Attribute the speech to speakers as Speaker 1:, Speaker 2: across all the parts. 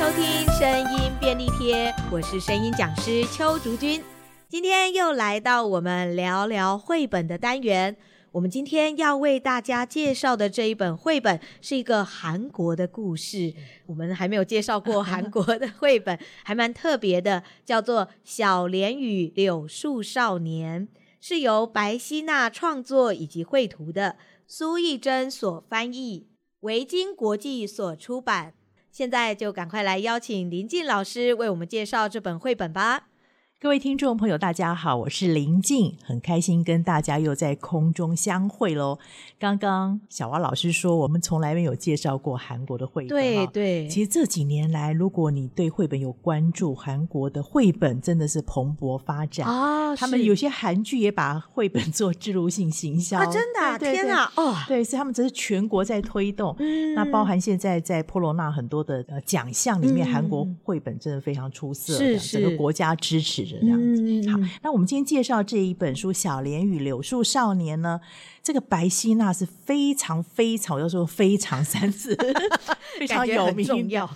Speaker 1: 声音便利贴，我是声音讲师邱竹君。今天又来到我们聊聊绘本的单元。我们今天要为大家介绍的这一本绘本是一个韩国的故事，我们还没有介绍过韩国的绘本，还蛮特别的，叫做《小莲与柳树少年》，是由白希娜创作以及绘图的，苏艺珍所翻译，维京国际所出版。现在就赶快来邀请林静老师为我们介绍这本绘本吧。
Speaker 2: 各位听众朋友，大家好，我是林静，很开心跟大家又在空中相会喽。刚刚小蛙老师说，我们从来没有介绍过韩国的绘本哈，
Speaker 1: 对
Speaker 2: 其实这几年来，如果你对绘本有关注，韩国的绘本真的是蓬勃发展。
Speaker 1: 啊，
Speaker 2: 他们
Speaker 1: 是
Speaker 2: 有些韩剧也把绘本做 植入性行销，
Speaker 1: 啊，真的、啊，
Speaker 2: 对对
Speaker 1: 天哪，哦，
Speaker 2: 对，所以他们只是全国在推动。
Speaker 1: 嗯
Speaker 2: 那包含现在在波罗那很多的呃奖项里面，
Speaker 1: 嗯
Speaker 2: 韩国绘本真的非常出色，
Speaker 1: 是
Speaker 2: 这样
Speaker 1: 是
Speaker 2: 整个国家支持着这样子。
Speaker 1: 嗯
Speaker 2: 好，那我们今天介绍这一本书《小莲与柳树少年》呢，这个白希娜是非常非常，我要说非常三 次，非常
Speaker 1: 感觉
Speaker 2: 有
Speaker 1: 很
Speaker 2: 名
Speaker 1: 重
Speaker 2: 的
Speaker 1: 要，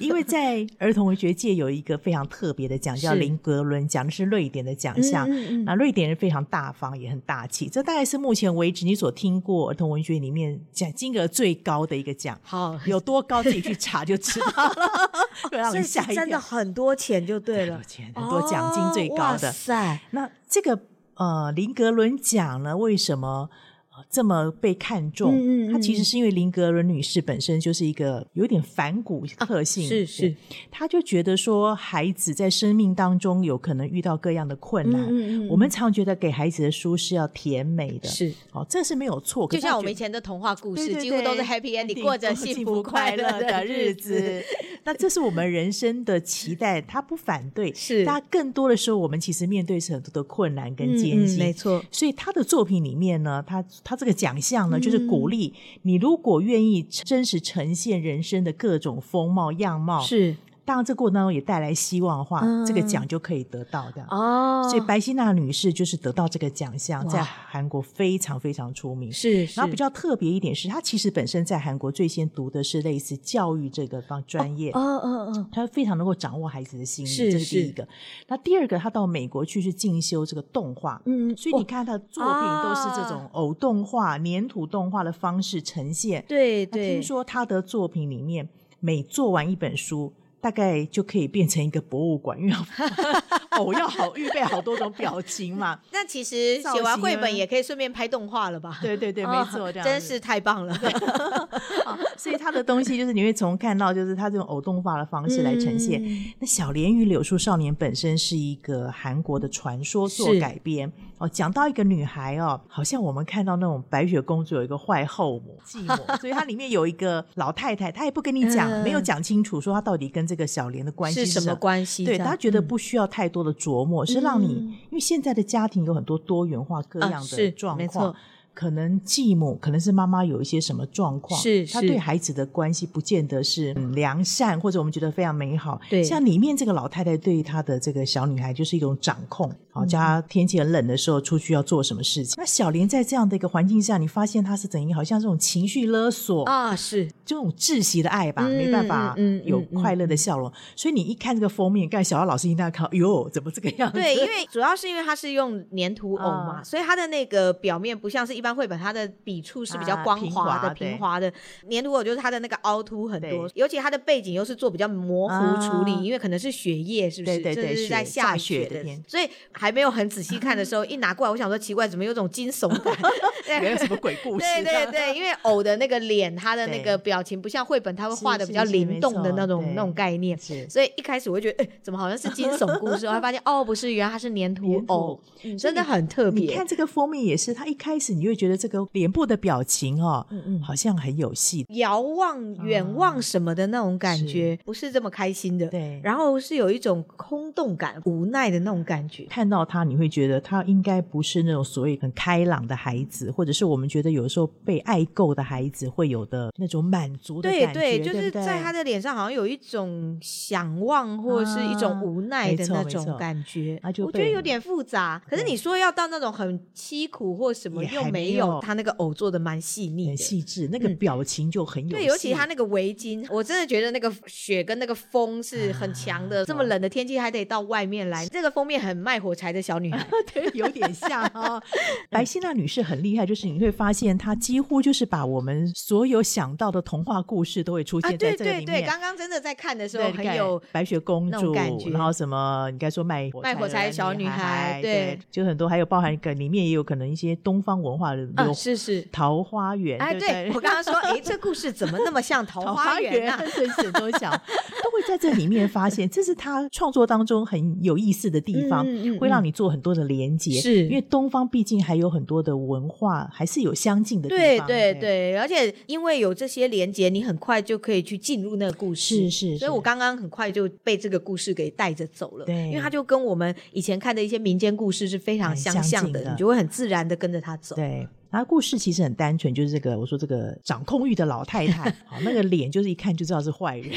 Speaker 2: 因为在儿童文学界有一个非常特别的奖，叫
Speaker 1: 是
Speaker 2: 林格伦奖，那是瑞典的奖项。
Speaker 1: 嗯嗯
Speaker 2: 那瑞典人非常大方，也很大气，这大概是目前为止你所听过儿童文学里面奖金额最高的一个奖，
Speaker 1: 好，
Speaker 2: 有多高自己去查就知道了， 会让
Speaker 1: 所
Speaker 2: 你
Speaker 1: 以是
Speaker 2: 吓一跳。
Speaker 1: 真的很多钱就对了
Speaker 2: 很多，钱，很多奖金最
Speaker 1: 哦
Speaker 2: 高
Speaker 1: 哇
Speaker 2: 的。
Speaker 1: 塞，
Speaker 2: 那这个呃林格伦奖呢，为什么？呃这么被看重，
Speaker 1: 嗯嗯嗯
Speaker 2: 它其实是因为林格伦女士本身就是一个有点反骨特性，
Speaker 1: 啊是是
Speaker 2: 对，她就觉得说孩子在生命当中有可能遇到各样的困难，
Speaker 1: 嗯
Speaker 2: 我们常觉得给孩子的书是要甜美的，
Speaker 1: 是
Speaker 2: 哦，这是没有错，可
Speaker 1: 就是像我们
Speaker 2: 觉
Speaker 1: 以前的童话故
Speaker 2: 对
Speaker 1: 事，
Speaker 2: 对
Speaker 1: 几乎都是
Speaker 2: 对
Speaker 1: happy ending，
Speaker 2: 得
Speaker 1: 过着幸
Speaker 2: 幸
Speaker 1: 福快
Speaker 2: 快乐
Speaker 1: 乐
Speaker 2: 的
Speaker 1: 的
Speaker 2: 日
Speaker 1: 日
Speaker 2: 子
Speaker 1: 子。
Speaker 2: 那这是我们人生的期待，他不反 对，
Speaker 1: 是
Speaker 2: 但更多的时候，我们其实面对是很多的困难跟艰
Speaker 1: 嗯
Speaker 2: 辛，
Speaker 1: 没错，
Speaker 2: 所以他的作品里面呢，他他这个奖项呢，
Speaker 1: 嗯
Speaker 2: 就是鼓励你，如果愿意真实呈现人生的各种风貌样貌，
Speaker 1: 是
Speaker 2: 当然这过程当中也带来希望的话，
Speaker 1: 嗯
Speaker 2: 这个奖就可以得到的。
Speaker 1: 哦，
Speaker 2: 所以白希娜女士就是得到这个奖项，
Speaker 1: 哇
Speaker 2: 在韩国非常非常出名。
Speaker 1: 是
Speaker 2: 然后
Speaker 1: 是
Speaker 2: 比较特别一点是，她其实本身在韩国最先读的是类似教育这个方专业，
Speaker 1: 哦哦哦，
Speaker 2: 他非常能够掌握孩子的心理，
Speaker 1: 是
Speaker 2: 这是
Speaker 1: 是
Speaker 2: 第一个。那第二个，他到美国去是进修这个动画，
Speaker 1: 嗯啊
Speaker 2: 所以你看他的作品都是这种偶动画、粘土动画的方式呈现。
Speaker 1: 对
Speaker 2: 那
Speaker 1: 对，
Speaker 2: 啊听说他的作品里面，每做完一本书。大概就可以变成一个博物馆，因为 要偶要好预备好多种表 情嘛。
Speaker 1: 那其实
Speaker 2: 造
Speaker 1: 写完
Speaker 2: 型
Speaker 1: 绘本
Speaker 2: 啊
Speaker 1: 也可以顺便拍动画了 吧？
Speaker 2: 对对对，没
Speaker 1: 哦
Speaker 2: 错，这样
Speaker 1: 真
Speaker 2: 子
Speaker 1: 是太棒了。
Speaker 2: 所以他的东西就是你会从看到，就是他这种偶动画的方式来呈现。
Speaker 1: 嗯
Speaker 2: 那《小莲与柳树少年》本身是一个韩国的传说做
Speaker 1: 是
Speaker 2: 改编哦，讲到一个女孩哦，好像我们看到那种白雪公主有一个坏后 母、继母，所以它里面有一个老太太，她也不跟你讲，
Speaker 1: 嗯
Speaker 2: 没有讲清楚说她到底跟这个小莲的关系
Speaker 1: 是什
Speaker 2: 么
Speaker 1: 么。关系这
Speaker 2: 对，
Speaker 1: 样？
Speaker 2: 她觉得
Speaker 1: 嗯
Speaker 2: 不需要太多的琢磨，是让你
Speaker 1: 嗯
Speaker 2: 因为现在的家庭有很多多元化、各
Speaker 1: 啊
Speaker 2: 样的
Speaker 1: 是
Speaker 2: 状
Speaker 1: 没
Speaker 2: 况。
Speaker 1: 错
Speaker 2: 可能继母，可能是妈妈有一些什么状况，
Speaker 1: 是
Speaker 2: 她
Speaker 1: 是
Speaker 2: 对孩子的关系不见得是嗯良善，或者我们觉得非常美好。
Speaker 1: 对
Speaker 2: 像里面这个老太太对她的这个小女孩就是一种掌控，好、叫
Speaker 1: 嗯
Speaker 2: 她天气很冷的时候出去要做什么事情。那小莲在这样的一个环境下，你发现她是等于好像这种情绪勒索，
Speaker 1: 啊，是
Speaker 2: 这种窒息的爱吧，
Speaker 1: 嗯
Speaker 2: 没办法
Speaker 1: 嗯嗯嗯
Speaker 2: 有快乐的笑容。所以你一看这个封面，盖小姚老师一定要看，哟，怎么这个样子？
Speaker 1: 对， 因为主要是因为它是用粘土偶嘛，
Speaker 2: 啊
Speaker 1: 所以它的那个表面不像是一般绘本，它的笔触是比较
Speaker 2: 啊
Speaker 1: 光
Speaker 2: 平
Speaker 1: 滑的、
Speaker 2: 滑对
Speaker 1: 平滑的。粘土偶就是它的那个凹凸很多
Speaker 2: 对，
Speaker 1: 尤其它的背景又是做比较模糊处理，
Speaker 2: 啊
Speaker 1: 因为可能是雪夜，是不是？
Speaker 2: 对对
Speaker 1: 这
Speaker 2: 对
Speaker 1: 是
Speaker 2: 雪
Speaker 1: 在下
Speaker 2: 下雪
Speaker 1: 的
Speaker 2: 的天
Speaker 1: 所以还没有很仔细看的时候，一拿过来，我想说奇怪，怎么有种惊悚感？ 对
Speaker 2: 没有什么鬼故事。啊
Speaker 1: 对对对， 因为偶的那个脸，他的那个表情不像绘本，他会
Speaker 2: 是
Speaker 1: 画的
Speaker 2: 是
Speaker 1: 比较
Speaker 2: 是
Speaker 1: 灵
Speaker 2: 没
Speaker 1: 动的
Speaker 2: 错
Speaker 1: 那种
Speaker 2: 对
Speaker 1: 那种概念。
Speaker 2: 是
Speaker 1: 所以一开始我会觉得，哎、怎么好像是惊悚故事？我还发现，哦，不是，原来它是粘土
Speaker 2: 粘土
Speaker 1: 偶，真的
Speaker 2: 哦你
Speaker 1: 很特
Speaker 2: 你
Speaker 1: 别。
Speaker 2: 看这个封面也是，他一开始你会觉得这个脸部的表情哦，
Speaker 1: 嗯嗯
Speaker 2: 好像很有戏。
Speaker 1: 遥望、远望什么的那种感觉，不是这么开心的。
Speaker 2: 对
Speaker 1: 然后是有一种空洞感、无奈的那种感觉。
Speaker 2: 看到他，你会觉得他应该不是那种所谓很开朗的孩子，或者是我们觉得有时候被爱够的孩子会有的那种满足的
Speaker 1: 对
Speaker 2: 感觉，
Speaker 1: 对，
Speaker 2: 对，
Speaker 1: 就是在他
Speaker 2: 的。
Speaker 1: 的脸上好像有一种想望或是一种
Speaker 2: 啊
Speaker 1: 无奈
Speaker 2: 没
Speaker 1: 的
Speaker 2: 错
Speaker 1: 那
Speaker 2: 没
Speaker 1: 种
Speaker 2: 错
Speaker 1: 感觉，
Speaker 2: 他就
Speaker 1: 我觉得
Speaker 2: 被
Speaker 1: 有点复杂。可是
Speaker 2: 对
Speaker 1: 你说要到那种很凄苦或什么
Speaker 2: 也
Speaker 1: 又
Speaker 2: 还
Speaker 1: 没有，他那个偶做的蛮细腻
Speaker 2: 很
Speaker 1: 的。
Speaker 2: 细致，那个表情就很有戏、
Speaker 1: 嗯对，尤其他那个围巾，我真的觉得那个雪跟那个风是很强的。这么冷的天气还得到外面来，这个封面很卖火柴的小 女孩，
Speaker 2: 对，有点像啊、 白希娜女士很厉害，就是你会发现她几乎就是把我们所有想到的童话故事都会出
Speaker 1: 啊，
Speaker 2: 现
Speaker 1: 对
Speaker 2: 在这个
Speaker 1: 对
Speaker 2: 里面。
Speaker 1: 对，刚刚真的在看的时
Speaker 2: 对
Speaker 1: 候
Speaker 2: 你看
Speaker 1: 很有
Speaker 2: 白雪公
Speaker 1: 那
Speaker 2: 主
Speaker 1: 种感觉，
Speaker 2: 然后什么？你该说卖火
Speaker 1: 卖火柴
Speaker 2: 的
Speaker 1: 小女
Speaker 2: 女
Speaker 1: 孩
Speaker 2: 对
Speaker 1: 对，
Speaker 2: 就很多，还有包含一个里面也有可能一些东方文化的
Speaker 1: 啊、
Speaker 2: 有
Speaker 1: 是是。
Speaker 2: 桃花源，
Speaker 1: 哎，
Speaker 2: 对不
Speaker 1: 对 我刚 刚说，哎，这故事怎么那么像桃花源啊？
Speaker 2: 所以沈周想都会在这里面发现，这是他创作当中很有意思的地方，
Speaker 1: 嗯嗯嗯
Speaker 2: 会让你做很多的连接。
Speaker 1: 是
Speaker 2: 因为东方毕竟还有很多的文化，还是有相近的地
Speaker 1: 对
Speaker 2: 方。
Speaker 1: 对，对，而且因为有这些连接，你很快就可以去进入那个故事。
Speaker 2: 是是。
Speaker 1: 所以我刚刚很快就被这个故事给带着走了，
Speaker 2: 对
Speaker 1: 因为它就跟我们以前看的一些民间故事是非常
Speaker 2: 很
Speaker 1: 相
Speaker 2: 相
Speaker 1: 像
Speaker 2: 近
Speaker 1: 的，
Speaker 2: 的
Speaker 1: 你就会很自然的跟着它走。
Speaker 2: 对。他故事其实很单纯，就是这个我说这个掌控欲的老太 太，好那个脸就是一看就知道是坏人，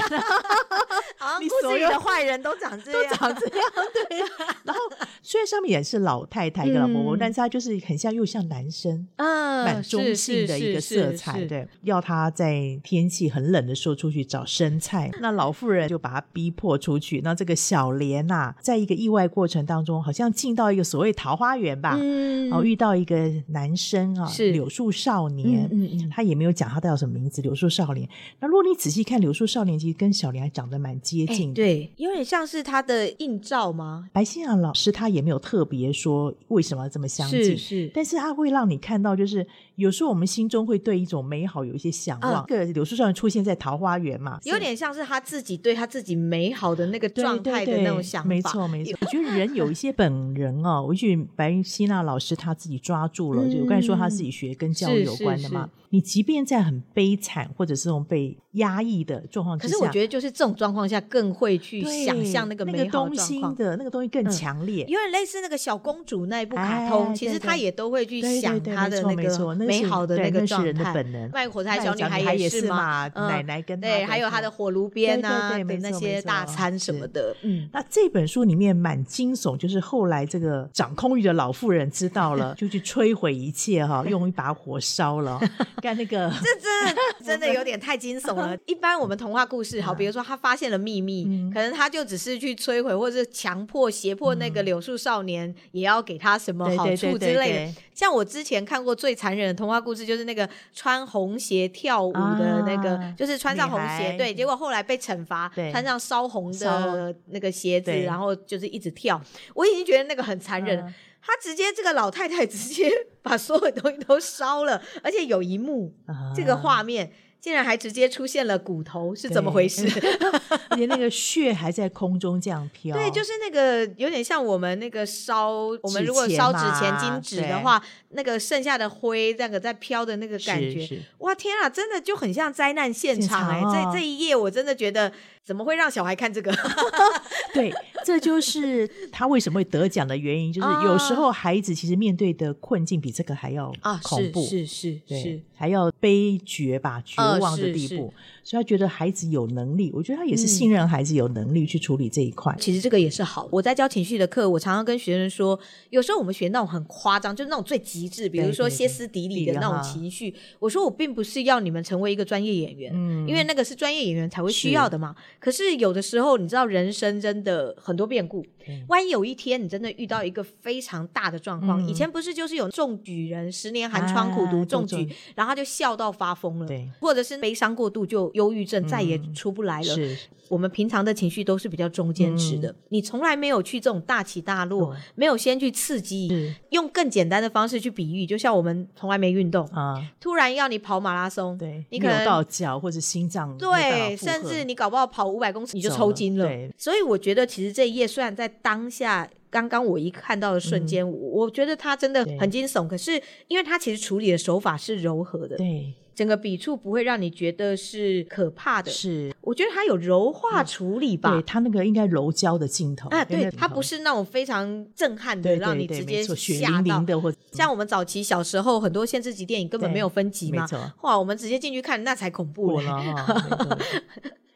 Speaker 1: 好像
Speaker 2: 你
Speaker 1: 故
Speaker 2: 所
Speaker 1: 事里
Speaker 2: 有
Speaker 1: 的坏人都长这
Speaker 2: 都
Speaker 1: 样，
Speaker 2: 长这样，对。然后虽然上面也是老太太跟老婆婆，
Speaker 1: 嗯
Speaker 2: 但是她就是很像又像男生，
Speaker 1: 嗯，
Speaker 2: 蛮中
Speaker 1: 是
Speaker 2: 性的一个色彩，。对，要他在天气很冷的时候出去找生菜，那老妇人就把他逼迫出去。那这个小莲呐、在一个意外过程当中，好像进到一个所谓桃花源吧，
Speaker 1: 嗯
Speaker 2: 啊然后遇到一个男生啊，
Speaker 1: 是
Speaker 2: 柳树少年。
Speaker 1: 嗯嗯嗯
Speaker 2: 他也没有讲他叫什么名字，柳树少年。那如果你仔细看，柳树少年其实跟小莲还长得蛮接
Speaker 1: 哎
Speaker 2: 近的。
Speaker 1: 对，有点像是他的映照吗？
Speaker 2: 白欣然老师他也没有特别说为什么要这么相
Speaker 1: 是
Speaker 2: 近，
Speaker 1: 是，
Speaker 2: 但是它会让你看到，就是有时候我们心中会对一种美好有一些向
Speaker 1: 嗯
Speaker 2: 往。这个柳树少年出现在桃花源嘛，
Speaker 1: 有点像是他自己对他自己美好的那个
Speaker 2: 对
Speaker 1: 状态
Speaker 2: 对
Speaker 1: 的
Speaker 2: 对
Speaker 1: 那种想法。
Speaker 2: 没错没错。我觉得人有一些本人哦，我觉得白希娜老师她自己抓住了，就我刚才说她自
Speaker 1: 嗯
Speaker 2: 己学跟教育有关的嘛。你即便在很悲惨或者是那种被压抑的状况
Speaker 1: 可
Speaker 2: 之
Speaker 1: 是
Speaker 2: 下，
Speaker 1: 我觉得就是这种状况下更会去
Speaker 2: 对
Speaker 1: 想象那
Speaker 2: 那
Speaker 1: 个
Speaker 2: 个
Speaker 1: 美好的
Speaker 2: 东
Speaker 1: 状
Speaker 2: 西
Speaker 1: 况。
Speaker 2: 的那个东西更
Speaker 1: 嗯
Speaker 2: 强烈。
Speaker 1: 有点类似那个小公主那一部卡通，
Speaker 2: 哎
Speaker 1: 其实
Speaker 2: 对对
Speaker 1: 她也都会去
Speaker 2: 对
Speaker 1: 想
Speaker 2: 对对
Speaker 1: 她的
Speaker 2: 没错没
Speaker 1: 个
Speaker 2: 错那个
Speaker 1: 美
Speaker 2: 是
Speaker 1: 好的
Speaker 2: 对
Speaker 1: 个
Speaker 2: 那是
Speaker 1: 状
Speaker 2: 人的
Speaker 1: 态。
Speaker 2: 本能
Speaker 1: 卖火柴
Speaker 2: 卖
Speaker 1: 小
Speaker 2: 小
Speaker 1: 女
Speaker 2: 女孩
Speaker 1: 也
Speaker 2: 也
Speaker 1: 是
Speaker 2: 是
Speaker 1: 嘛
Speaker 2: 嘛，奶
Speaker 1: 嗯
Speaker 2: 奶跟
Speaker 1: 对，
Speaker 2: 她
Speaker 1: 还
Speaker 2: 的
Speaker 1: 有她
Speaker 2: 是
Speaker 1: 的火炉边啊
Speaker 2: 对对对
Speaker 1: 的
Speaker 2: 没
Speaker 1: 那
Speaker 2: 错
Speaker 1: 些
Speaker 2: 没错
Speaker 1: 大餐什么的，嗯，
Speaker 2: 那这本书里面蛮惊悚，就是后来这个掌控欲的老妇人知道了，就去摧毁一切哈、用一把火烧了，干那个。
Speaker 1: 这真的真的有点太惊悚 了。一般我们童话故事，
Speaker 2: 嗯
Speaker 1: 好，比如说他发现了秘密，可能他就只是去摧毁，或者是强迫、胁迫那个柳树少年也要给他什么
Speaker 2: 对对
Speaker 1: 好处
Speaker 2: 对
Speaker 1: 之
Speaker 2: 对
Speaker 1: 类的
Speaker 2: 对。
Speaker 1: 像我之前看过最残忍的童话故事，就是那个穿红鞋跳舞的那个，
Speaker 2: 啊
Speaker 1: 就是穿上红
Speaker 2: 女
Speaker 1: 鞋，
Speaker 2: 孩
Speaker 1: 对，结果后来被惩罚，
Speaker 2: 对
Speaker 1: 穿上烧红的
Speaker 2: 烧
Speaker 1: 那个鞋子，
Speaker 2: 对
Speaker 1: 然后就是一直跳。我已经觉得那个很残忍了。
Speaker 2: 嗯
Speaker 1: 他直接这个老太太直接 把所有东西都烧了，而且有一幕，
Speaker 2: 啊
Speaker 1: 这个，画面竟然还直接出现了骨头，是怎么回事？
Speaker 2: 而且那个血还在空中这样飘。
Speaker 1: 对，就是那个有点像我们那个烧，我们
Speaker 2: 纸
Speaker 1: 如果
Speaker 2: 钱
Speaker 1: 烧纸
Speaker 2: 嘛
Speaker 1: 钱、金纸的
Speaker 2: 对
Speaker 1: 话，那个剩下的灰那个在飘的那个感觉，
Speaker 2: 是
Speaker 1: 哇，天啊，真的就很像灾难现
Speaker 2: 现
Speaker 1: 场哎、
Speaker 2: 场哦
Speaker 1: 这这一页我真的觉得，怎么会让小孩看这个？
Speaker 2: 对，这就是他为什么会得奖的原因，就是
Speaker 1: 啊
Speaker 2: 有时候孩子其实面对的困境比这个还要恐怖。
Speaker 1: 啊是是
Speaker 2: 对，还要悲绝吧，绝
Speaker 1: 呃
Speaker 2: 望
Speaker 1: 是
Speaker 2: 的地
Speaker 1: 是
Speaker 2: 步，所以他觉得孩子有能力，我觉得他也是
Speaker 1: 嗯
Speaker 2: 信任孩子有能力去处理这一块。
Speaker 1: 其实这个也是好。我在教情绪的课，我常常跟学生说，有时候我们学那种很夸张，就是那种最极致，比如说
Speaker 2: 对对
Speaker 1: 歇斯底里的那种情绪。我说我并不是要你们成为一个专业演员，
Speaker 2: 嗯
Speaker 1: 因为那个是专业演员才会需要的嘛。可是有的时候，你知道人生真的很多变故
Speaker 2: 对，
Speaker 1: 万一有一天你真的遇到一个非常大的状况，
Speaker 2: 嗯
Speaker 1: 以前不是就是有中举人十年寒窗苦读
Speaker 2: 啊
Speaker 1: 中
Speaker 2: 中
Speaker 1: 举，
Speaker 2: 中
Speaker 1: 然后他就笑到发疯了，
Speaker 2: 对，嗯
Speaker 1: 或者是悲伤过度就忧郁症，再也出不来了。
Speaker 2: 是
Speaker 1: 我们平常的情绪都是比较中间值
Speaker 2: 嗯
Speaker 1: 的，你从来没有去这种大起大落，没有先去刺激
Speaker 2: 是，
Speaker 1: 用更简单的方式去比喻，就像我们从来没运动，
Speaker 2: 啊，
Speaker 1: 突然要你跑马拉松，
Speaker 2: 对，
Speaker 1: 你可
Speaker 2: 扭
Speaker 1: 能
Speaker 2: 到脚或者心脏没有办法
Speaker 1: 对，
Speaker 2: 负荷
Speaker 1: 甚至你搞不好跑五百公尺你就
Speaker 2: 走
Speaker 1: 抽
Speaker 2: 了
Speaker 1: 筋了。
Speaker 2: 对
Speaker 1: 所以我觉得其实这一页虽然在当下。刚刚我一看到的瞬间，我我觉得它真的
Speaker 2: 嗯对
Speaker 1: 很惊悚。可是，因为它其实处理的手法是柔和的，
Speaker 2: 对
Speaker 1: 整个笔触不会让你觉得是可怕的。
Speaker 2: 是，嗯
Speaker 1: 我觉得它有柔化处理吧，
Speaker 2: 对他那个应该柔焦哦的镜头
Speaker 1: 啊，
Speaker 2: 跟
Speaker 1: 对
Speaker 2: 那，个
Speaker 1: 它不是那种非常震撼的，
Speaker 2: 对
Speaker 1: 让
Speaker 2: 对
Speaker 1: 你
Speaker 2: 对
Speaker 1: 直
Speaker 2: 没
Speaker 1: 接
Speaker 2: 错血
Speaker 1: 吓
Speaker 2: 淋
Speaker 1: 到
Speaker 2: 淋。的或
Speaker 1: 像我们早期小时候，很多限制级电影根本
Speaker 2: 对
Speaker 1: 没有分级
Speaker 2: 没
Speaker 1: 嘛
Speaker 2: 错，
Speaker 1: 哇，我们直接进去看，那才恐怖
Speaker 2: 过啊
Speaker 1: 嘞。
Speaker 2: 了哈。没错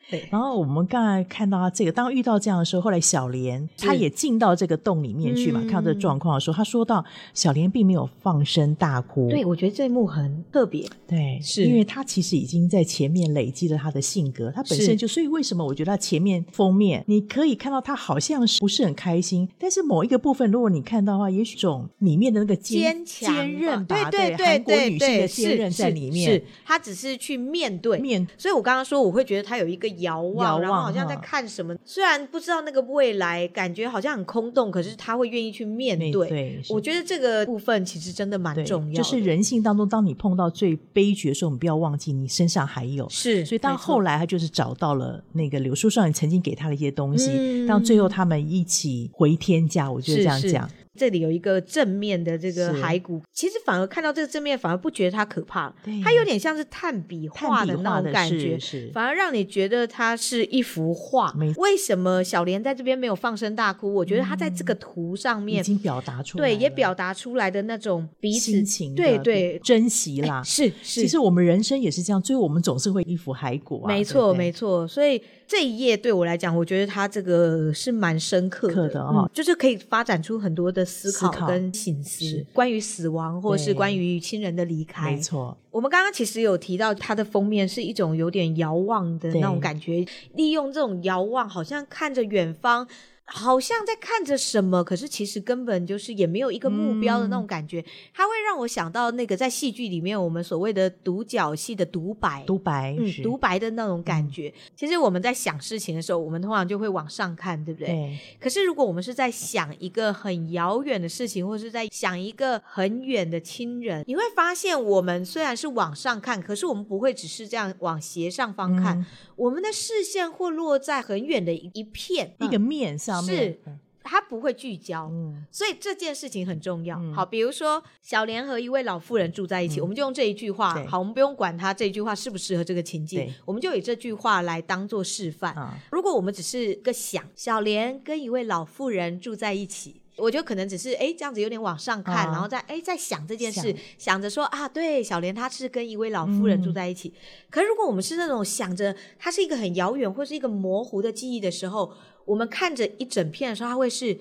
Speaker 1: 对，
Speaker 2: 然后我们刚才看到他这个，当遇到这样的时候，后来小莲
Speaker 1: 是
Speaker 2: 她也进到这个洞里面去嘛，
Speaker 1: 嗯
Speaker 2: 看到这个状况的时候，她说到小莲并没有放声大哭，
Speaker 1: 对，我觉得这一幕很特别，
Speaker 2: 对，
Speaker 1: 是
Speaker 2: 因为他其实已经在前面累积了他的性格，他本
Speaker 1: 是
Speaker 2: 身就，所以为什么我觉得他前面封面你可以看到他好像是不是很开心，但是某一个部分，如果你看到的话，也许种里面的那个
Speaker 1: 坚
Speaker 2: 坚
Speaker 1: 强吧，
Speaker 2: 坚韧吧，
Speaker 1: 对对
Speaker 2: 韩
Speaker 1: 对
Speaker 2: 国
Speaker 1: 对
Speaker 2: 女性
Speaker 1: 对，
Speaker 2: 的坚韧
Speaker 1: 是
Speaker 2: 在
Speaker 1: 是
Speaker 2: 里
Speaker 1: 是
Speaker 2: 面，
Speaker 1: 她只是去面对。
Speaker 2: 面
Speaker 1: 所以我刚刚说，我会觉得他有一个遥望，
Speaker 2: 遥
Speaker 1: 然后好
Speaker 2: 望
Speaker 1: 像在
Speaker 2: 哈
Speaker 1: 看什么，虽然不知道那个未来，感觉好像很空洞，可是他会愿意去面
Speaker 2: 面
Speaker 1: 对。
Speaker 2: 对，是
Speaker 1: 我觉得这个部分其实真的蛮
Speaker 2: 对
Speaker 1: 重要
Speaker 2: 就
Speaker 1: 的，
Speaker 2: 是人性当中，当你碰到最悲剧的时候，我们不要忘记你身上还有。
Speaker 1: 是，
Speaker 2: 所以当
Speaker 1: 没错
Speaker 2: 后来他就是找到了那个柳树少年曾经给他的一些东西，
Speaker 1: 嗯
Speaker 2: 当最后他们一起回天家，我觉得
Speaker 1: 是
Speaker 2: 这样
Speaker 1: 是
Speaker 2: 讲，
Speaker 1: 这里有一个正面的这个
Speaker 2: 是
Speaker 1: 骸骨，其实反而看到这个正面，反而不觉得它可怕，
Speaker 2: 对
Speaker 1: 它有点像是炭笔画
Speaker 2: 看
Speaker 1: 的
Speaker 2: 笔
Speaker 1: 那
Speaker 2: 画
Speaker 1: 种
Speaker 2: 的
Speaker 1: 感觉
Speaker 2: 是。是
Speaker 1: 反而让你觉得它是一幅画
Speaker 2: 没。
Speaker 1: 为什么小莲在这边没有放声大哭？我觉得她在这个图上
Speaker 2: 已
Speaker 1: 面，
Speaker 2: 经表达出来
Speaker 1: 对，
Speaker 2: 了，
Speaker 1: 也表达出来的那种彼此
Speaker 2: 心情的，
Speaker 1: 对对，哎
Speaker 2: 珍惜啦。
Speaker 1: 是是，
Speaker 2: 其实我们人生也是这样，最后我们总是会一副骸骨啊，
Speaker 1: 没错没
Speaker 2: 错，
Speaker 1: 错。所以这一页对我来讲，我觉得它这个是蛮深刻
Speaker 2: 刻的哦
Speaker 1: 嗯就是可以发展出很多的思
Speaker 2: 思
Speaker 1: 考
Speaker 2: 考
Speaker 1: 跟醒思
Speaker 2: 是，
Speaker 1: 关于死亡或是
Speaker 2: 对
Speaker 1: 关于亲人的离开。
Speaker 2: 没错，
Speaker 1: 我们刚刚其实有提到它的封面是一种有点遥望的
Speaker 2: 对
Speaker 1: 那种感觉，利用这种遥望，好像看着远方，好像在看着什么，可是其实根本就是也没有一个目标的那
Speaker 2: 嗯
Speaker 1: 种感觉。它会让我想到那个在戏剧里面我们所谓的独角戏的独白。
Speaker 2: 独白
Speaker 1: 嗯，
Speaker 2: 是
Speaker 1: 独白的那种感觉。其实我们在想事情的时候，我们通常就会往上看，对不对？
Speaker 2: 对
Speaker 1: 可是如果我们是在想一个很遥远的事情，或是在想一个很远的亲人，你会发现，我们虽然是往上看，可是我们不会只是这样往斜上方看，
Speaker 2: 嗯
Speaker 1: 我们的视线会落在很远的一一片，
Speaker 2: 一个面上
Speaker 1: 嗯
Speaker 2: 面
Speaker 1: 是，它不会聚焦。
Speaker 2: 嗯，
Speaker 1: 所以这件事情很重要。
Speaker 2: 嗯
Speaker 1: 好，比如说小莲和一位老妇人住在一起，我们就用这一句话
Speaker 2: 对。
Speaker 1: 好，我们不用管她这句话适不适合这个情境
Speaker 2: 对，
Speaker 1: 我们就以这句话来当做示范。
Speaker 2: 啊，
Speaker 1: 如果我们只是个想，小莲跟一位老妇人住在一起。我就可能只是哎这样子有点往上看，
Speaker 2: 啊
Speaker 1: 然后再哎在想这件事，
Speaker 2: 想嗯
Speaker 1: 想着说啊，对，小莲她是跟一位老妇人住在一起。可是如果我们是那种想着它是一个很遥远或是一个模糊的记忆的时候，我们看着一整片的时候，它会是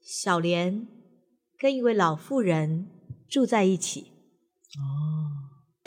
Speaker 1: 小莲跟一位老妇人住在一起，
Speaker 2: 哦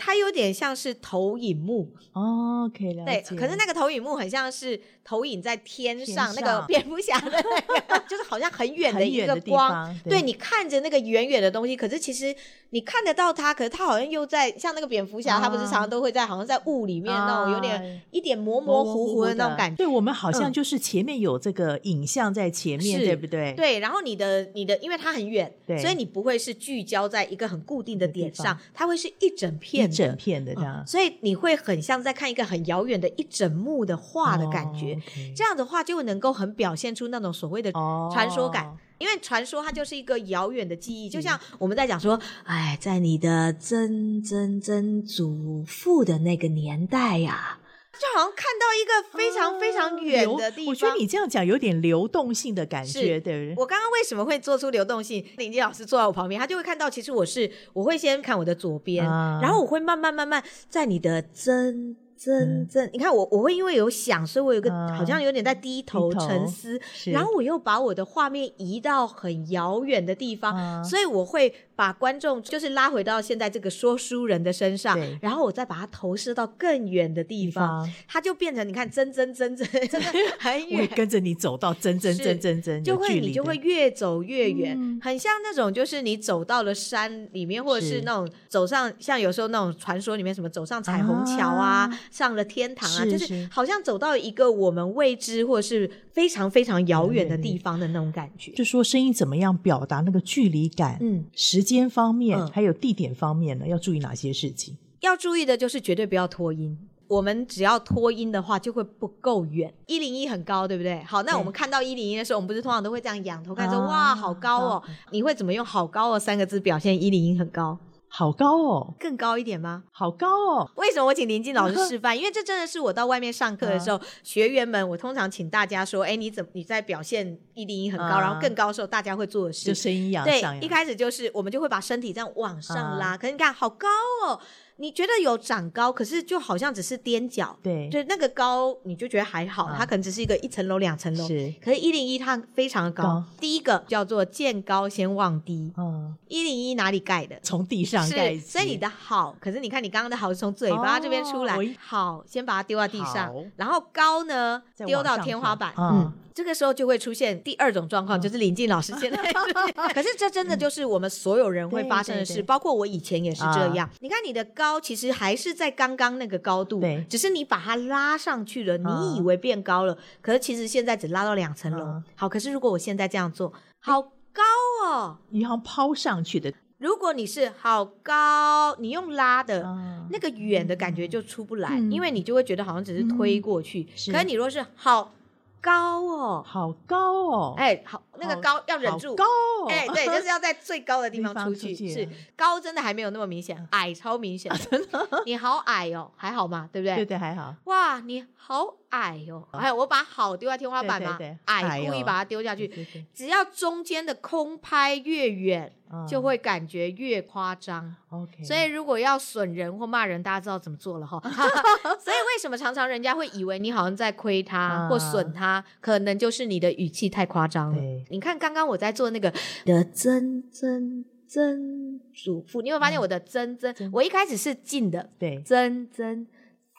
Speaker 1: 它有点像是投影幕，
Speaker 2: 哦，可以了
Speaker 1: 对，
Speaker 2: 解，
Speaker 1: 可是那个投影幕很像是投影在天
Speaker 2: 天
Speaker 1: 上那个
Speaker 2: 上
Speaker 1: 蝙蝠侠的那 个，就是好像很远的
Speaker 2: 很
Speaker 1: 一
Speaker 2: 远
Speaker 1: 个
Speaker 2: 的地
Speaker 1: 光。
Speaker 2: 方
Speaker 1: 对
Speaker 2: 对
Speaker 1: 你看着那个远远的东西，可是其实你看得到它，可是它好像又在像那个蝙蝠侠，他不是常常都会在好像在雾里面那种有点、
Speaker 2: 啊
Speaker 1: 一点模模糊糊的那种感觉。
Speaker 2: 对我们好像
Speaker 1: 嗯
Speaker 2: 就是前面有这个影像在前面，
Speaker 1: 是
Speaker 2: 对不对？
Speaker 1: 对，然后你的你的，因为它很远，
Speaker 2: 对
Speaker 1: 所以你不会是聚焦在一个很固定的
Speaker 2: 一个地
Speaker 1: 点
Speaker 2: 方
Speaker 1: 上，它会是一整片
Speaker 2: 一
Speaker 1: 的
Speaker 2: 整片啊的这
Speaker 1: 嗯
Speaker 2: 样
Speaker 1: 所以你会很像在看一个很遥远的一整幕的画的感觉。
Speaker 2: 哦，OK
Speaker 1: 这样的话就能够很表现出那种所谓的
Speaker 2: 哦
Speaker 1: 传说感。因为传说它就是一个遥远的记忆，
Speaker 2: 嗯
Speaker 1: 就像我们在讲说，哎，在你的曾曾曾祖父的那个年代呀、就好像看到一个非常非常远
Speaker 2: 哦流
Speaker 1: 的地方。
Speaker 2: 我觉得你这样讲有点流动性的感觉，
Speaker 1: 是
Speaker 2: 对不对？
Speaker 1: 我刚刚为什么会做出流动性？林杰老师坐在我旁边，他就会看到，其实我是我会先看我的左边，
Speaker 2: 啊
Speaker 1: 然后我会慢慢慢慢在你的真真真，你看我我会因为有想，所以我有个、
Speaker 2: 嗯啊
Speaker 1: 好像有点在低头
Speaker 2: 低头
Speaker 1: 沉思，
Speaker 2: 是
Speaker 1: 然后我又把我的画面移到很遥远的地方，
Speaker 2: 啊
Speaker 1: 所以我会把观众就是拉回到现在这个说书人的身上
Speaker 2: 对，
Speaker 1: 然后我再把它投射到更远的地
Speaker 2: 地
Speaker 1: 方，
Speaker 2: 方
Speaker 1: 它就变成你看真真真真真的很
Speaker 2: 我
Speaker 1: 远
Speaker 2: 会。跟着你走到真真
Speaker 1: 是
Speaker 2: 真真真
Speaker 1: 就
Speaker 2: 有距
Speaker 1: 会你
Speaker 2: 离
Speaker 1: 就
Speaker 2: 的
Speaker 1: 会越走越远，
Speaker 2: 嗯
Speaker 1: 很像那种就是你走到了山里面，或者是
Speaker 2: 是
Speaker 1: 那种走上像有时候那种传说里面什么走上彩虹桥啊，
Speaker 2: 啊
Speaker 1: 上了天堂啊，
Speaker 2: 是
Speaker 1: 就是
Speaker 2: 是
Speaker 1: 好像走到一个我们未知或者是非常非常遥远的地方的那种感觉。
Speaker 2: 就说声音怎么样表达那个距离感，
Speaker 1: 嗯，
Speaker 2: 时间方面、
Speaker 1: 嗯
Speaker 2: 还有地点方面呢，要注意哪些事情？
Speaker 1: 要注意的就是绝对不要拖音。我们只要拖音的话，就会不够远。一零一很高，对不对？好，那
Speaker 2: 对
Speaker 1: 我们看到一零一的时候，我们不是通常都会这样仰头看说，
Speaker 2: 啊
Speaker 1: 哇，好高哦！你会怎么用“好高哦”三个字表现一零一很高？
Speaker 2: 好高哦，
Speaker 1: 更高一点吗？
Speaker 2: 好高哦，
Speaker 1: 为什么我请林静老师示 范？因为这真的是我到外面上课的
Speaker 2: 嗯
Speaker 1: 时候，学员们，我通常请大家说：“哎，你怎么你在表现一零一很高，
Speaker 2: 啊
Speaker 1: 然后更高的时候，大家会做的事
Speaker 2: 就。声音扬
Speaker 1: 对
Speaker 2: 上，扬
Speaker 1: 一开始就是我们就会把身体这样往上拉，
Speaker 2: 啊
Speaker 1: 可是你看好高哦，你觉得有长高，可是就好像只是踮脚，
Speaker 2: 对
Speaker 1: 对，那个高你就觉得还好，
Speaker 2: 嗯
Speaker 1: 它可能只是一个一层楼、两层楼。
Speaker 2: 是，
Speaker 1: 可是，一零一它非常的高。
Speaker 2: 高
Speaker 1: 第一个叫做见高先望低，
Speaker 2: 嗯，
Speaker 1: 一零一哪里盖的？
Speaker 2: 从地上盖
Speaker 1: 是，
Speaker 2: 起，
Speaker 1: 所以你的好，可是你看你刚刚的好是从嘴巴这边出来，
Speaker 2: 哦我一
Speaker 1: 好，先把它丢到地上
Speaker 2: 好，
Speaker 1: 然后高呢
Speaker 2: 再
Speaker 1: 丢到
Speaker 2: 往上
Speaker 1: 天花板，
Speaker 2: 跳嗯，
Speaker 1: 这个时候就会出现第二种状况，就是林静老师 现在出现，可是这真的就是我们所有人会发生的
Speaker 2: 嗯对
Speaker 1: 事，
Speaker 2: 对对啊
Speaker 1: 包括我以前也是这样。你看你的高其实还是在刚刚那个高度
Speaker 2: 对，
Speaker 1: 只是你把它拉上去了，
Speaker 2: 嗯
Speaker 1: 你以为变高了，可是其实现在只拉到两层楼
Speaker 2: 嗯。
Speaker 1: 好，可是如果我现在这样做，好高哦。
Speaker 2: 你好像抛上去的，
Speaker 1: 如果你是好高，你用拉的，
Speaker 2: 啊
Speaker 1: 那个远的感觉就出不来，
Speaker 2: 嗯
Speaker 1: 因为你就会觉得好像只是推过去。
Speaker 2: 是
Speaker 1: 可是你若是好高哦，
Speaker 2: 好高哦，，
Speaker 1: 哎，好那个高要忍住
Speaker 2: 高，哦，
Speaker 1: 哎，对，就是要在最高的地方
Speaker 2: 地方
Speaker 1: 出
Speaker 2: 出
Speaker 1: 去。
Speaker 2: 去
Speaker 1: 是
Speaker 2: 啊
Speaker 1: 高真的还没有那么明显，矮超明 显。真的，你好矮哦，还好嘛，对不对？
Speaker 2: 对对，还好，
Speaker 1: 哇，你好矮哦！还有，我把好丢在天花板嘛，
Speaker 2: 对对对
Speaker 1: 矮
Speaker 2: 矮
Speaker 1: 故意
Speaker 2: 哦
Speaker 1: 把它丢下去，
Speaker 2: 对对对
Speaker 1: 只要中间的空拍越远，
Speaker 2: 嗯
Speaker 1: 就会感觉越夸张。
Speaker 2: OK，
Speaker 1: 所以如果要损人或骂人，大家知道怎么做了 哈。所以为什么常常人家会以为你好像在亏他
Speaker 2: 啊
Speaker 1: 或损他，可能就是你的语气太夸张了
Speaker 2: 对。
Speaker 1: 你看刚刚我在做那个的曾曾曾祖父，你有没有发现我的曾曾，
Speaker 2: 嗯曾
Speaker 1: 我一开始是近的
Speaker 2: 对
Speaker 1: 曾曾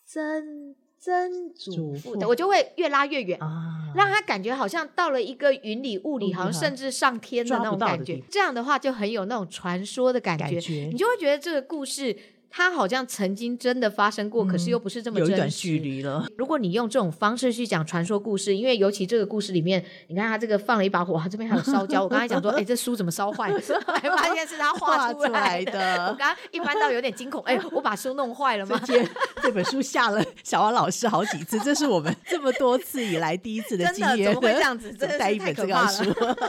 Speaker 1: 曾曾祖
Speaker 2: 祖
Speaker 1: 父
Speaker 2: 父
Speaker 1: 的，我就会越拉越远。
Speaker 2: 啊，
Speaker 1: 让他感觉好像到了一个云里雾
Speaker 2: 雾
Speaker 1: 里，
Speaker 2: 里
Speaker 1: 好像
Speaker 2: 哈
Speaker 1: 甚至上天的
Speaker 2: 抓
Speaker 1: 那
Speaker 2: 不
Speaker 1: 种
Speaker 2: 到的
Speaker 1: 感觉
Speaker 2: 地。方
Speaker 1: 这样的话就很有那种传说的感觉，
Speaker 2: 感觉
Speaker 1: 你就会觉得这个故事它好像曾经真的发生过，可是又不是这么
Speaker 2: 嗯有一
Speaker 1: 真
Speaker 2: 段
Speaker 1: 实
Speaker 2: 距。离了，
Speaker 1: 如果你用这种方式去讲传说故事，因为尤其这个故事里面，你看他这个放了一把火，他这边还有烧 焦。我刚才讲说，哎、这书怎么烧坏？还发现是他画出
Speaker 2: 出来
Speaker 1: 的。我
Speaker 2: 的。
Speaker 1: 刚刚一翻到有点惊恐，哎、我把书弄坏了 吗？
Speaker 2: 这这本书吓了小王老师好几次，这是我们这么多次以来第一次
Speaker 1: 真
Speaker 2: 经
Speaker 1: 的怎
Speaker 2: 验。
Speaker 1: 么会这样 子
Speaker 2: 怎么
Speaker 1: 真的
Speaker 2: 带
Speaker 1: 是
Speaker 2: 一
Speaker 1: 太
Speaker 2: 本
Speaker 1: 可
Speaker 2: 这
Speaker 1: 怕
Speaker 2: 个
Speaker 1: 了
Speaker 2: 书，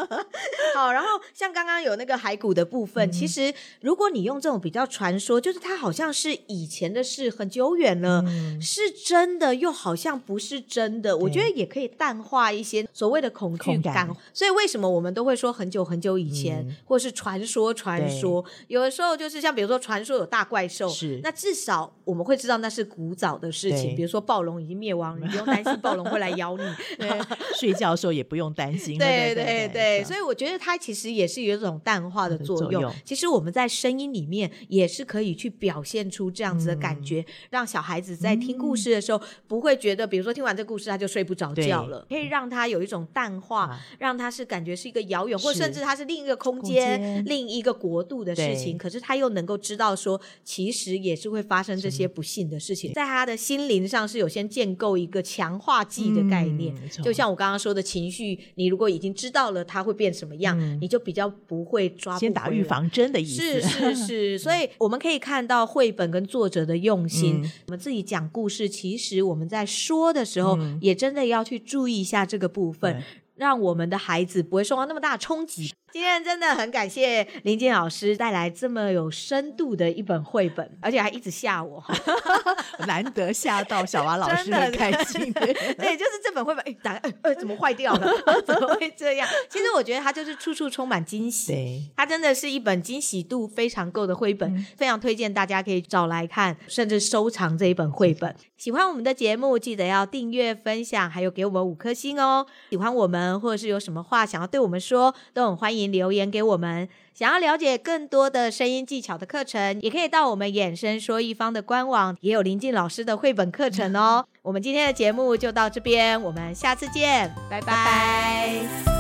Speaker 1: 好，然后像刚刚有那个骸骨的部
Speaker 2: 嗯
Speaker 1: 分，其实如果你用这种比较传说，就是它好像是以前的事，很久远了，
Speaker 2: 嗯
Speaker 1: 是真的，又好像不是真的。我觉得也可以淡化一些所谓的恐惧
Speaker 2: 恐
Speaker 1: 感。
Speaker 2: 感嗯
Speaker 1: 所以为什么我们都会说很久很久以前，或是传说传说，有的时候就是像比如说传说有大怪兽，
Speaker 2: 是
Speaker 1: 那至少我们会知道那是古早的事情，
Speaker 2: 对
Speaker 1: 比如说暴龙已经灭亡了，你不用担心暴龙会来咬你。
Speaker 2: 睡觉的时候也不用担心。
Speaker 1: 对
Speaker 2: 对
Speaker 1: 对对，
Speaker 2: 对，
Speaker 1: 所以我觉得它其实也是有一种淡化的作
Speaker 2: 作用
Speaker 1: 其实我们在声音里面也是可以去表现出这样子的感觉，让小孩子在听故事的时候不会觉得，比如说听完这故事他就睡不着觉了，可以让他有一种淡化，
Speaker 2: 啊
Speaker 1: 让他是感觉是一个遥远，或
Speaker 2: 是
Speaker 1: 甚至他是另一个空
Speaker 2: 空
Speaker 1: 间、
Speaker 2: 间
Speaker 1: 另一个国度的事情，
Speaker 2: 对
Speaker 1: 可是他又能够知道说，其实也是会发生这些不幸的事情，在他的心灵上是有先建构一个强化剂的概念，
Speaker 2: 嗯没错
Speaker 1: 就像我刚刚说的情绪，你如果已经知道了它会变什么样，你就比较不会抓不
Speaker 2: 嗯先打
Speaker 1: 回
Speaker 2: 预
Speaker 1: 来。
Speaker 2: 防针的意思。
Speaker 1: 是是是，所以我们可以看到绘本跟作者的用心。
Speaker 2: 嗯
Speaker 1: 我们自己讲故事，其实我们在说的时候，也真的要去注意一下这个部分，
Speaker 2: 嗯对
Speaker 1: 让我们的孩子不会受到那么大的冲击。今天真的很感谢林健老师带来这么有深度的一本绘本，而且还一直吓我。
Speaker 2: 难得吓到小娃老
Speaker 1: 真
Speaker 2: 师
Speaker 1: 的
Speaker 2: 很开 心。
Speaker 1: 对，就是这本绘本，哎，打开，哎哎，怎么坏掉了？ 怎么会这样？其实我觉得它就是处处充满惊喜。
Speaker 2: 对，
Speaker 1: 它真的是一本惊喜度非常够的绘本，非常推荐大家可以找来看，甚至收藏这一本绘本。喜欢我们的节目，记得要订阅、分享，还有给我们五颗星哦。喜欢我们，或者是有什么话想要对我们说，都很欢迎留言给我们。想要了解更多的声音技巧的课程，也可以到我们衍生说一方的官网，也有林静老师的绘本课程哦。我们今天的节目就到这边，我们下次见，拜拜